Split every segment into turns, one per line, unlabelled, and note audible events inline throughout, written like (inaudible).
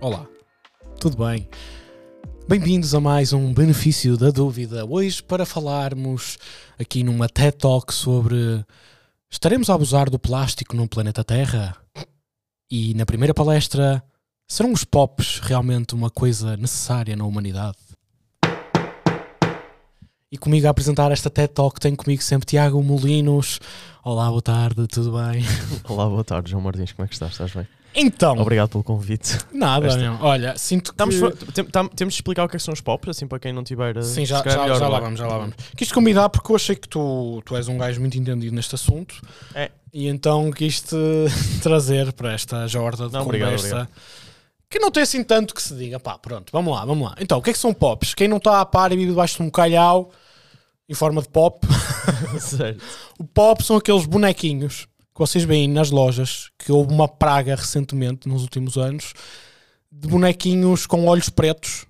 Olá, tudo bem? Bem-vindos a mais um Benefício da Dúvida. Hoje, para falarmos aqui numa TED Talk sobre estaremos a abusar do plástico no planeta Terra? E na primeira palestra, serão os POPs realmente uma coisa necessária na humanidade? E comigo a apresentar esta TED Talk tem comigo sempre Tiago Molinos. Olá, boa tarde, tudo bem?
Olá, boa tarde, João Martins, como é que estás? Estás bem?
Então,
Obrigado pelo convite.
nada,
Esta-
meu. olha, sinto que...
temos de explicar o que é que são os pops, assim para quem não tiver.
Sim, já, já, já
é?
lá vamos, já lá
(laughs)
vamos. Quis-te convidar porque eu achei que tu, tu és um gajo muito entendido neste assunto.
É.
E então quis-te (laughs) trazer para esta jorda de
Não,
conversa.
obrigado,
Que não tem assim tanto que se diga. Pá, pronto, vamos lá, vamos lá. Então, o que é que são pops? Quem não está a par e vive debaixo de um calhau em forma de pop, (laughs)
certo.
o pop são aqueles bonequinhos que vocês veem nas lojas, que houve uma praga recentemente, nos últimos anos, de bonequinhos com olhos pretos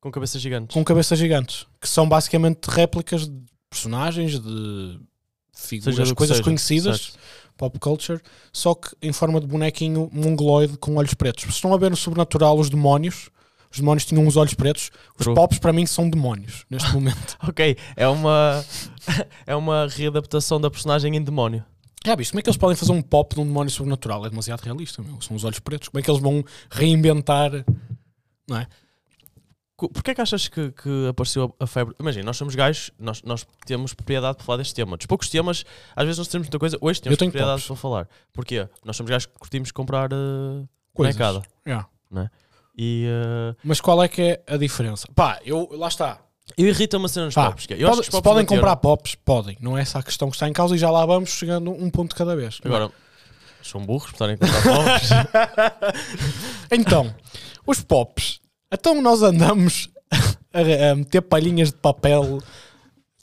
Com cabeças gigantes.
com cabeças gigantes, que são basicamente réplicas de personagens, de figuras,
Seja do que
coisas
seja,
conhecidas,
certo.
pop culture, só que em forma de bonequinho mongoloide com olhos pretos. Vocês estão a ver no Sobrenatural os demónios, os demónios tinham uns olhos pretos, os
True.
pops para mim são demónios neste momento. (laughs)
Ok, é uma. (laughs) é uma readaptação da personagem em demónio.
Já viste, como é que eles podem fazer um pop de um demónio sobrenatural? É demasiado realista, meu. são os olhos pretos. Como é que eles vão reinventar? Não é?
Co- Porquê é que achas que, que apareceu a a febre? Imagina, nós somos gajos, nós, nós temos propriedade para falar deste tema. Dos poucos temas, às vezes nós temos muita coisa, hoje
Eu
temos
tenho
propriedade
pops.
para falar. Porquê? Nós somos gajos que curtimos comprar uh,
Coisas.
bonecada.
Já.
E eh,
Mas qual é que é a diferença? Pá, eu, lá está,
eu irrita-me a cena nos
Pá,
pops. que é- Eu
Tá.
acho
pode-
que os
se
pops
podem
bateram.
comprar pops, podem. Não é essa a questão que está em causa e já lá vamos chegando um ponto cada vez.
Agora, são burros por estarem
(laughs)
a comprar pops. (laughs)
Então, os pops. Então nós andamos (laughs) a, a meter palhinhas de papel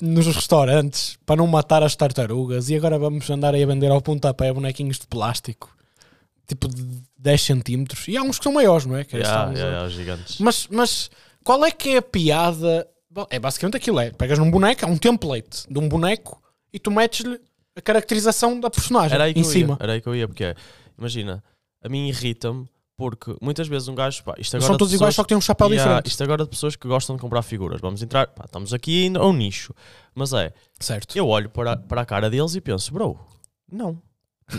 nos restaurantes para não matar as tartarugas e agora vamos andar aí a vender ao pontapé bonequinhos de plástico. Tipo de 10 centímetros. E há uns que são maiores, não é? Que
yeah,
estávamos a-
yeah, yeah, os gigantes.
Mas, mas qual é que é a piada? Bom, É basicamente aquilo: é pegas num boneco, é um template de um boneco e tu metes-lhe a caracterização da personagem
Era aí que
em
eu
cima.
ia. Era aí que eu ia, porque é, imagina, a mim irrita-me porque muitas vezes um gajo, pá, isto agora.
São
de
todos iguais,
pessoas-
só que têm um chapéu
E há-
diferente.
Isto agora de pessoas que gostam de comprar figuras. Vamos entrar, pá, estamos aqui ainda a um nicho. Mas é,
Certo.
eu olho para, para a cara deles e penso, bro, não,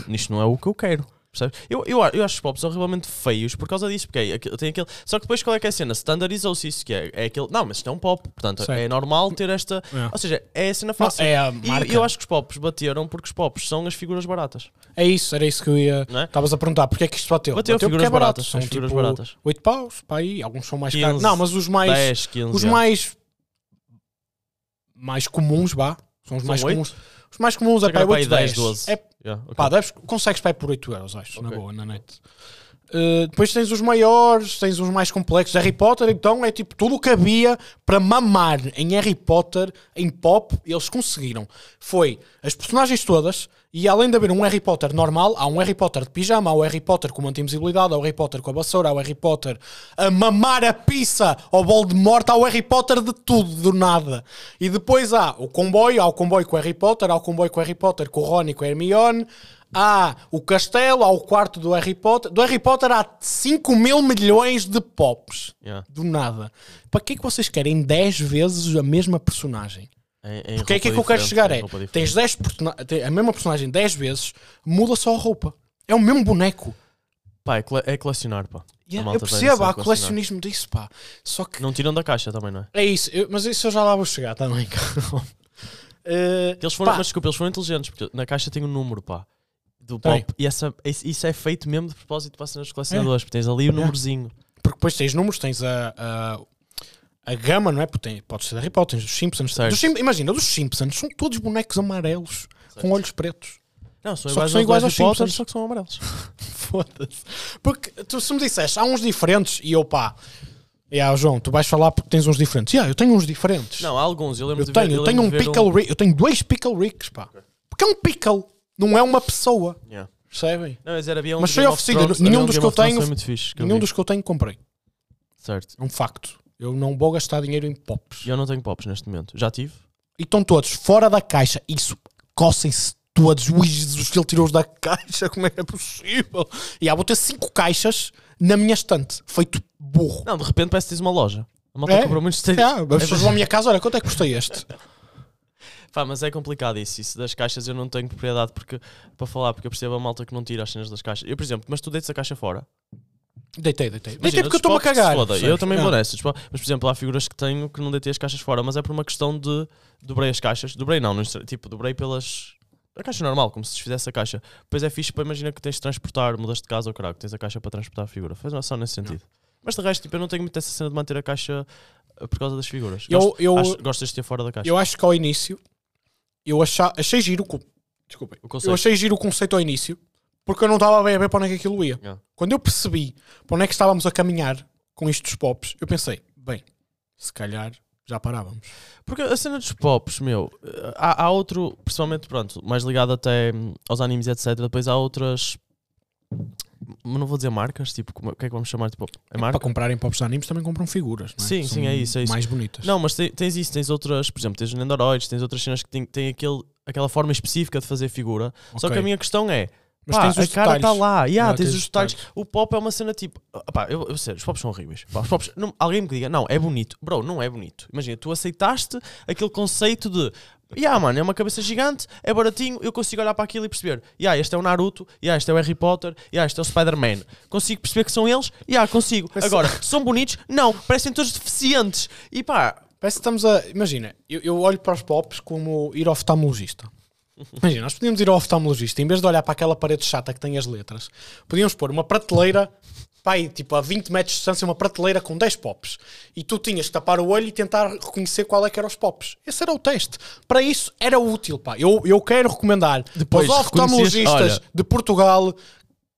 isto não é o que eu quero. Percebes? Eu, eu, a- eu acho os pops horrivelmente feios por causa disso, porque é, aqu- tem aquele. Só que depois qual é que é a cena? Standardizou-se isso, que é, é aquele. Não, mas isto é um pop, portanto
Certo.
é normal ter esta.
É.
Ou seja, é a cena
Não,
fácil.
é a
E
marca.
eu acho que os pops bateram porque os pops são as figuras baratas.
É isso, era isso que eu ia.
Não é?
Estavas a perguntar porque é que isto bateu?
Bateu
porque
figuras
é barato.
baratas,
São
as figuras
tipo
baratas.
8 paus, pá aí. Alguns são mais
15,
caros. Não, mas os mais.
10, 15.
os
é.
mais. Mais comuns, vá. São os
São
mais
oito?
comuns. Os mais comuns é
Será que
para
era
8,
para aí
10,
10, 12?
É
Yeah, ok.
Pá, deves, consegues pá, por 8 euros, acho, na
Ok.
boa, na net. Uh, depois tens os maiores, tens os mais complexos. Harry Potter, então, é tipo tudo o que havia para mamar em Harry Potter, em pop, eles conseguiram. Foi as personagens todas, e além de haver um Harry Potter normal, há um Harry Potter de pijama, há o Harry Potter com manto de invisibilidade, há o Harry Potter com a vassoura, há o Harry Potter a mamar a pizza ao Voldemort, há o Harry Potter de tudo, do nada. E depois há o comboio, há o comboio com o Harry Potter, há o comboio com o Harry Potter, com o Ron e com a Hermione, Há o castelo, há o quarto do Harry Potter. Do Harry Potter há 5 mil milhões de pops.
Yeah.
Do nada. Para que é que vocês querem 10 vezes a mesma personagem?
Em- em
Porque é que é que eu
roupa
quero
diferente,
chegar
em
é,
roupa diferente.
tens 10 persona- tem a mesma personagem 10 vezes, muda só a roupa. É o mesmo boneco.
Pá, é, cole- é colecionar, pá. A
Yeah,
malta
eu
tem
percebo,
essa
há
de colecionar.
colecionismo disso, pá. Só que
Não tiram da caixa também, não é?
é isso, eu- mas isso eu já lá vou chegar também, calma. (laughs) Eh,
Eles foram,
pá,
mas desculpa, eles foram inteligentes, porque na caixa tem um número, pá, do
Tem.
pop. E essa, esse- isso é feito mesmo de propósito para cenas de colecionadores,
É.
porque tens ali o númerozinho.
Porque depois tens números, tens a, a, a gama, não é? Porque tem, pode ser da Harry Potter, tens dos Simpsons.
Certo.
Dos Sim- imagina, dos Simpsons são todos bonecos amarelos com olhos pretos. (laughs)
Não, são
Só que
iguais,
são
aos
iguais
do
aos
Harry Potter,
Simpsons.
só que são amarelos.
Foda-se. Porque tu se me disseste, há uns diferentes e eu pá. E ah, João, tu vais falar porque tens uns diferentes. Yeah, eu tenho uns diferentes.
(laughs) Não, há alguns, eu lembro
eu
de ver.
tenho, eu tenho um
lembro de ver
pickle Rick, eu tenho dois pickle Ricks, pá. Porque é um pickle, não é uma pessoa,
um- Yeah.
percebem?
Não, mas era, havia um
Mas
do
foi
Game of
oferecido,
Thrones,
nenhum
havia um
dos
Game
que eu
of Thrones
tenho-
foi muito fixe, que eu
Nenhum
vi.
dos que eu tenho comprei.
Certo.
É um facto. Eu não vou gastar dinheiro em pops.
E eu não tenho pops neste momento. Já tive?
e estão todos fora da caixa. Isso, coçem-se todos. Ui, Jesus, ele tirou-os da caixa. Como é que é possível? E há, vou ter ah, cinco caixas na minha estante. Feito burro.
Não, de repente parece que tens uma loja. A malta
É?
cobrou muitos textos.
(laughs) Ah, as pessoas vão à minha casa, olha, quanto é que custa este? um-
Pá, mas é complicado isso. Isso das caixas eu não tenho propriedade porque, para falar, porque eu percebo a malta que não tira as cenas das caixas. Eu, por exemplo, mas tu deites a caixa fora.
Deitei, deitei.
Imagina,
Deitei porque eu estou-me a
desporto que se
cagar.
foda. Eu
percebes?
também
Ah.
vou nessas. tipo, Mas, por exemplo, há figuras que tenho que não deitei as caixas fora, mas é por uma questão de dobrei as caixas. Dobrei não, não instra- tipo, dobrei pelas. A caixa normal, como se desfizesse a caixa. Depois é fixe para imagina que tens de transportar, mudas de casa ou caralho, que tens a caixa para transportar a figura. Faz só nesse sentido. Mas de resto, tipo, eu não tenho muito essa cena de manter a caixa eh, por causa das figuras.
Eu-
gosto,
eu-
acho- gosto de as ter fora da caixa.
Eu acho que ao início, eu acha- achei giro. o co- Desculpem.
o conceito. é
Eu achei giro o conceito ao início, porque eu não estava bem a ver para onde é que aquilo ia.
Yeah.
Quando eu percebi para onde é que estávamos a caminhar com isto dos pops, eu pensei, bem, se calhar já parávamos.
Porque a cena dos pops, meu, eh, há, há outro, principalmente, pronto, mais ligado até hum, aos animes, etc. Depois há outras. mas Não vou dizer marcas, tipo, como- o que é que vamos chamar? Tipo, é marca?
Para comprarem pops de animes também compram figuras, não é?
Sim,
São
sim, é isso, é isso.
Mais bonitas.
Não, mas te- tens isso, tens outras, por exemplo, tens os Nendoroids, tens outras cenas que têm, têm aquele, aquela forma específica de fazer figura. Só
Ok.
que a minha questão é.
Mas
pá,
tens os
a cara tá está
detalhes.
lá, yeah,
Ah,
tens, os detalhes. O pop é uma cena tipo. ah, Pá, eu, eu sei, os pops são horríveis. Pá, os pops, não- alguém me que diga, não, é bonito. Bro, não é bonito. Imagina, tu aceitaste aquele conceito de. Yeah, mano, é uma cabeça gigante, é baratinho, eu consigo olhar para aquilo e perceber. Yeah, este é o Naruto, yeah, este é o Harry Potter, yeah, este é o Spider-Man. Consigo perceber que são eles? Yeah, consigo. Agora, são bonitos? Não, parecem todos deficientes. E pá,
Parece que estamos a. Imagina, eu, eu olho para os pops como ir ao
(laughs)
oftalmologista. Imagina, nós podíamos ir ao oftalmologista, em vez de olhar para aquela parede chata que tem as letras, podíamos pôr uma prateleira, pá, aí, tipo a 20 metros de distância, uma prateleira com 10 pops. E tu tinhas que tapar o olho e tentar reconhecer qual é que eram os pops. Esse era o teste. Para isso era útil, pá. Eu, eu quero recomendar
Depois,
aos oftalmologistas
reconheces- olha.
de Portugal.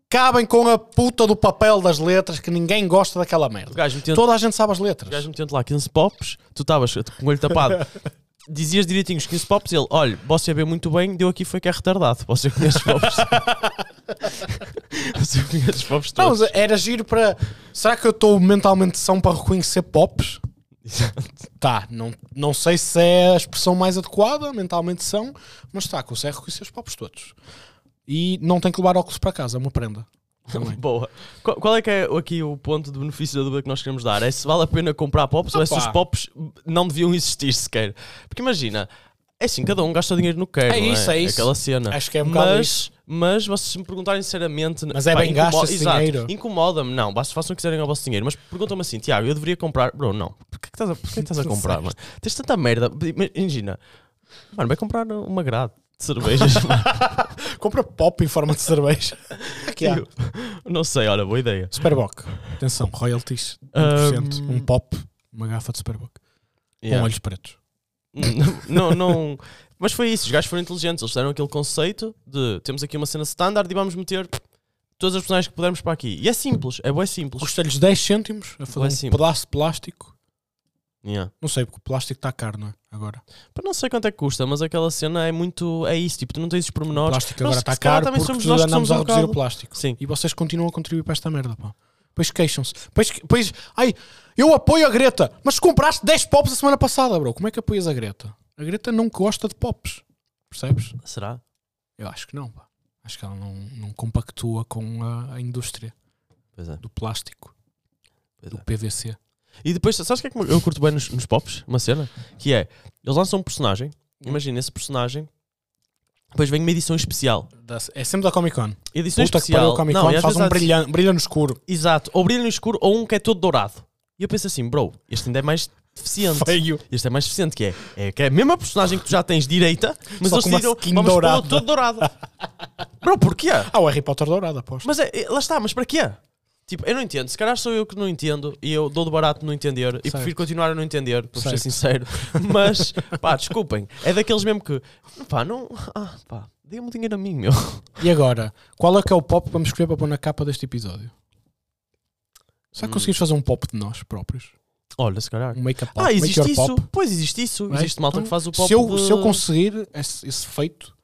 Cabem com a puta do papel das letras que ninguém gosta daquela merda.
gajo metendo-
Toda a gente sabe as
O
letras.
gajo metendo lá 15 pops, tu estavas com o olho tapado.
(laughs)
Dizias direitinho os 15 pops, ele, olha, você vê muito bem, deu aqui foi que é retardado. Você conhece os
(laughs)
pops. (laughs) você conhece os pops
Não,
todos.
mas era giro para. Será que eu estou mentalmente são para reconhecer pops? Tá, não, não sei se é a expressão mais adequada, mentalmente são, mas tá, consegue reconhecer os pops todos. E não tem que levar óculos para casa, é uma prenda. Também.
(laughs) Boa. Qual, qual é que é aqui o ponto de benefício da dúvida que nós queremos dar? É se vale a pena comprar pops ou é se
Opa.
os pops não deviam existir sequer? Porque imagina, é assim, cada um gasta o dinheiro no que quer.
É
não
isso, é isso.
Aquela cena.
Acho que é um bocado
mas, mas vocês se me perguntarem sinceramente.
Mas é bem gasto esse
exato,
dinheiro.
Incomoda-me, não. Basta façam o que quiserem ao vosso dinheiro. Mas perguntam-me assim, Tiago, eu deveria comprar. Bro, não. Porquê que estás a, porquê que estás a comprar, mano? Tens tanta merda. Imagina, mano, vai comprar uma grade de
(laughs)
cervejas. mano.
Compra pop em forma de cerveja. Aqui há.
(laughs) não sei, olha, boa ideia.
Superboc. Atenção, royalties. 1%. Um, pop, uma garrafa de Superboc. Com
Yeah.
olhos pretos.
não, não. Mas foi isso, os gajos foram inteligentes. Eles fizeram aquele conceito de temos aqui uma cena standard e vamos meter todas as personagens que pudermos para aqui. E é simples, é bué simples.
Custa-lhes 10 cêntimos a fazer
Ué,
um
sim.
pedaço de plástico.
Yeah.
Não sei, porque o plástico está caro, não é? Agora.
Pá, Não sei quanto é que custa, mas aquela cena é muito. É isso, tipo, tu não tens os
O
pormenores.
plástico
Nós,
agora
se
está
calhar,
caro
também
porque
somos
tu
nós que
andamos
somos
a
um
reduzir o
bocado-
plástico.
Sim.
E vocês continuam a contribuir para esta merda, pá. Pois queixam-se. Pois, pois, ai, eu apoio a Greta, mas tu compraste 10 pops a semana passada, bro. Como é que apoias a Greta? A Greta não gosta de pops. Percebes?
Será?
Eu acho que não, pá. Acho que ela não, não compactua com a, a indústria
Pois é,
do plástico,
pois
do
é.
PVC.
E depois, sabes o que é que eu curto bem nos, nos pops? Uma cena? Que é, eles lançam um personagem, imagina esse personagem, depois vem uma edição especial.
Da- É sempre da Comic Con.
Edição
Puta que pariu
especial.
a Comic
não, e
Con,
às
faz
vezes
um
há-
brilhante, brilha no escuro.
Exato, ou brilho no escuro ou um que é todo dourado. E eu penso assim, bro, este ainda é mais deficiente.
Feio.
Este é mais deficiente, que é, é que é a mesma personagem que tu já tens direita, mas
Só
eles
com uma
decidiram,
skin
vamos pôr
dourada." (laughs)
todo dourado. bro, porquê?
Ah, o Harry Potter dourado, aposto.
Mas é, é- lá está, mas para quê? Tipo, eu não entendo. Se calhar sou eu que não entendo e eu dou de barato não entender e prefiro continuar a não entender, para ser
Certo. (laughs)
sincero. Mas, pá, desculpem. É daqueles mesmo que, pá, não. Ah, pá, dê-me dinheiro a mim, meu. (laughs)
E agora, qual é que é o pop que vamos escolher para pôr na capa deste episódio?
Hum.
Será que conseguimos fazer um pop de nós próprios?
Olha, se calhar.
Um make-up pop?
Ah, existe
make your
isso.
pop?
Pois existe isso.
não é?
Existe malta que faz o
Então,
pop.
se eu,
de-
se eu conseguir esse, esse feito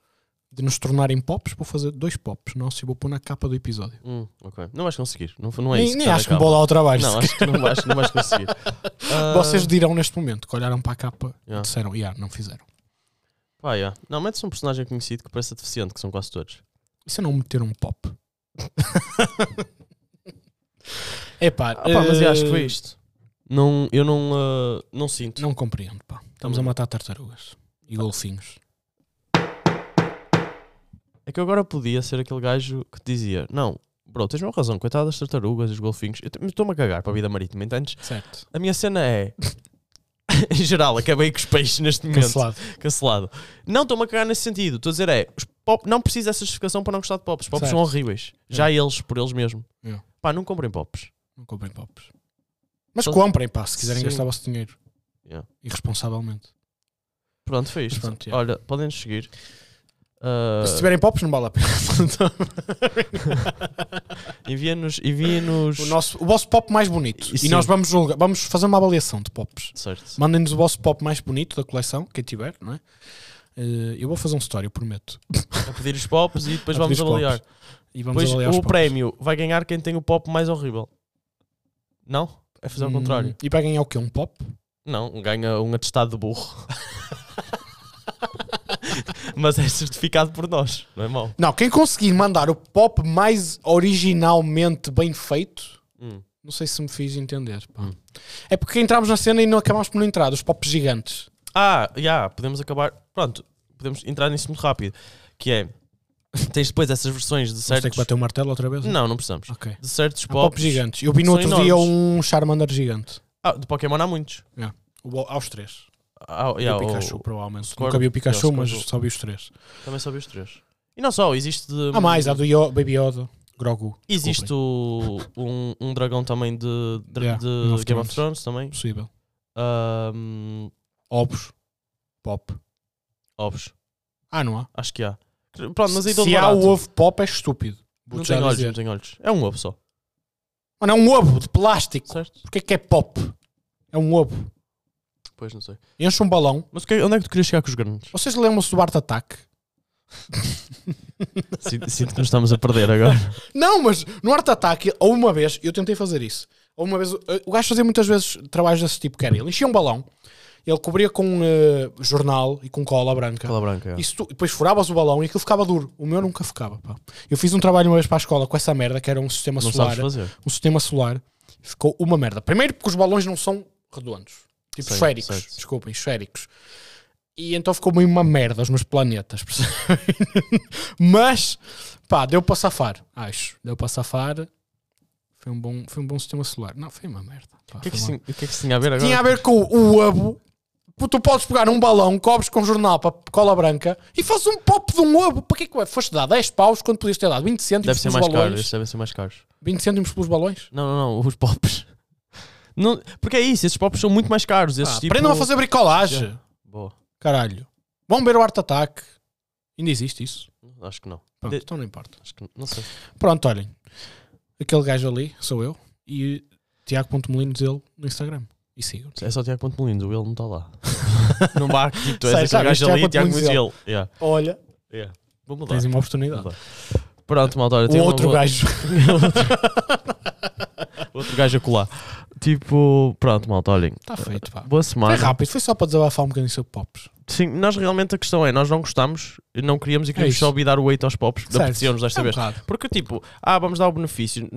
de nos tornarem pops, vou fazer dois pops nossos e vou pôr na capa do episódio.
Hum, ok. Não vais conseguir. Não, não é
nem
isso.
nem
tá na
acho que um me
capa.
vou dar ao trabalho.
Não, acho que não vais, não vais conseguir.
(laughs)
Ah,
Vocês dirão neste momento que olharam para a capa e
Yeah.
disseram, yeah, não fizeram.
Ah, Pá, yeah. Não, metes um personagem conhecido que
(laughs)
parece deficiente, que são quase todos.
E se eu não meter um pop? É pá,
Ah, pá, mas eu acho que
eh,
foi isto. Não, eu não, ah, não sinto.
Não compreendo,
Tá
pá. Estamos a matar tartarugas e golfinhos.
É que eu agora podia ser aquele gajo que te dizia: Não, bro, tens uma razão, coitado das tartarugas, dos golfinhos. Eu te- mas estou-me a cagar para a vida marítima, entendes?
Certo.
A minha cena é. (laughs) em geral, acabei com os peixes neste momento.
Cancelado.
Cancelado. Não estou-me a cagar nesse sentido. Estou a dizer é: os pop, não precisa dessa justificação para não gostar de pops. Os pops
Certo.
são horríveis. Já eles, por eles mesmo.
É.
Pá, não comprem pops.
Não comprem pops. Mas
Só-
comprem, pá, se quiserem
Sim.
gastar o vosso dinheiro.
Yeah.
Irresponsavelmente.
Pronto, foi isto.
Pronto, yeah.
Olha, podem nos seguir. Ah,
Se tiverem pops, não vale a pena.
Envia-nos. Envia-nos.
o, nosso, o vosso pop mais bonito.
E
E,
sim.
nós vamos julgar, vamos fazer uma avaliação de pops.
Certo.
Mandem-nos o vosso pop mais bonito da coleção, quem tiver, não é? Eh, eu vou fazer um story, eu prometo.
A pedir os pops e
A
depois vamos
pedir os pops.
avaliar.
E vamos
Pois
avaliar os
o
pops.
prémio vai ganhar quem tem o pop mais horrível. Não? É fazer ao
Hum,
contrário.
E para ganhar o quê? Um pop?
Não, ganha um atestado de burro. (laughs) Mas é certificado por nós, não é mau?
Não, quem conseguir mandar o pop mais originalmente bem feito,
Hum.
não sei se me fiz entender. pá.
Hum.
É porque entramos na cena e não acabámos por não entrar, os pops gigantes.
Ah, já, podemos acabar. Pronto, podemos entrar nisso muito rápido. Que é. (laughs) Tens depois essas versões de
Vamos ter que
certos.
bater o martelo outra vez? né?
Não, não precisamos.
Ok. Ah,
De certos
Há pops
pops.
gigantes. Eu vi no
são
outro dia
enormes.
um Charmander gigante.
Ah, de Pokémon há muitos.
O bo- Aos três.
Ah,
E o
já, o-
Pikachu, provavelmente.
Squirtle.
Nunca vi o Pikachu,
Yeah, o
mas
Squirtle.
só vi os três.
Também só vi os três. E não só, existe de.
Há mais, há do Yo- Baby Yoda, Grogu.
Existe o- um, um dragão também de, de-
Yeah,
de
Game of
Game of Thrones também.
Possível.
Ahm,
Ovos. Pop.
ovos,
Ah, não há?
acho que há. Pronto, mas aí todo
Se há
barato.
o ovo pop é estúpido.
não
Vou-te já
tem olhos,
dizer.
não tem olhos. É um ovo só,
Mano, é um ovo de plástico.
certo?
Porquê que é pop? É um ovo.
Pois não sei.
Enche um balão.
Mas o que- onde é que tu querias chegar com os granos? (laughs)
Vocês lembram-se do Art Attack?
sinto, sinto que nos estamos a perder agora.
Não, mas no Art Attack, ou uma vez, eu tentei fazer isso. Ou uma vez, eh, o gajo fazia muitas vezes trabalhos desse tipo, que era ele enchia um balão, ele cobria com eh, jornal e com cola branca.
Cala branca.
E se tu- depois furavas o balão e aquilo ficava duro. O meu nunca ficava. pá. Eu fiz um trabalho uma vez para a escola com essa merda, que era um sistema
Não
solar.
sabes fazer.
Um sistema solar. Ficou uma merda. Primeiro porque os balões não são redondos. Tipo
Sei,
esféricos.
certo.
Desculpem, esféricos. E então ficou meio uma merda os meus planetas. (laughs) percebem? Mas, pá, deu para safar. Acho. Deu para safar. Foi um bom, foi um bom sistema solar. Não, foi uma merda. pá,
O que, é que
foi
isso,
uma-
tinha- o que é que isso tinha a ver agora?
tinha a ver com o ovo. Pô, Tu podes pegar um balão, cobres com jornal para cola branca e fazes um pop de um ovo. Para que é que é? foste dar 10 paus quando podias ter dado 20
Deve
cêntimos
ser
pelos
mais caro,
balões?
estes devem ser mais caros.
20 cêntimos pelos balões?
Não, não, não, os pops. (laughs) Não, porque é isso, esses pops são muito mais caros. Esses
Ah,
tipo...
Aprendam a fazer bricolagem.
Boa,
Caralho. Vão ver o Art Attack. Ainda existe isso.
acho que não.
Pronto,
De-
então não importa.
Acho que não sei.
Pronto, olhem. Aquele gajo ali sou eu e Tiago.molinos ele no Instagram. E sigam.
É só Tiago Ponte Molinos, o ele não está (laughs) lá. não vá, tipo, tu
Sei,
és aquele
sabe,
gajo
Tiago
ali,
Ponte
Tiago Molinos e
Molinos
ele. Yeah,
Olha,
yeah. Vou mudar.
tens uma oportunidade.
mudar. Pronto, malta, olha,
O
tem uma
outro
boa- (laughs)
gajo.
outro gajo a colar. Tipo, pronto, malta, olhem.
Está Tá feito, pá.
Boa
Foi
semana.
rápido, foi só para desabafar um bocadinho sobre pops.
Sim, nós realmente a questão é, nós não gostámos, não queríamos e queríamos
É isso.
só dar o 8 aos pops,
Certo.
apetecia-nos
É
desta
um
vez.
bocado.
Porque tipo, ah, vamos dar o benefício.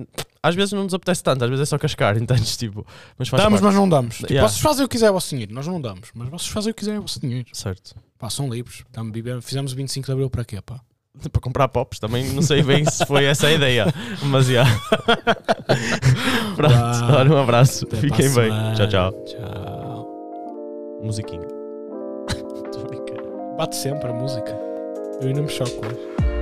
Às vezes não nos apetece tanto, às vezes é só cascar, (laughs) entendes? Tipo, mas faz
Damos,
parte.
mas não damos. Tipo,
Yeah.
Vocês fazem o que quiser o vosso dinheiro. Nós não damos. Mas vocês fazem o que quiser o vosso dinheiro.
Certo.
Pá, são livres. Damos- bebemos- Fizemos o 25 de Abril para quê, pá?
Tipo, Para comprar pops, também não sei bem se foi essa a
(laughs)
ideia, mas já. Pronto,
Vá.
olha, um abraço,
Até para a
fiquem bem.
semana.
Tchau, tchau.
Tchau.
Musiquinha. Tô brincando.
(laughs) Bate sempre a música. Eu ainda me choco. hoje.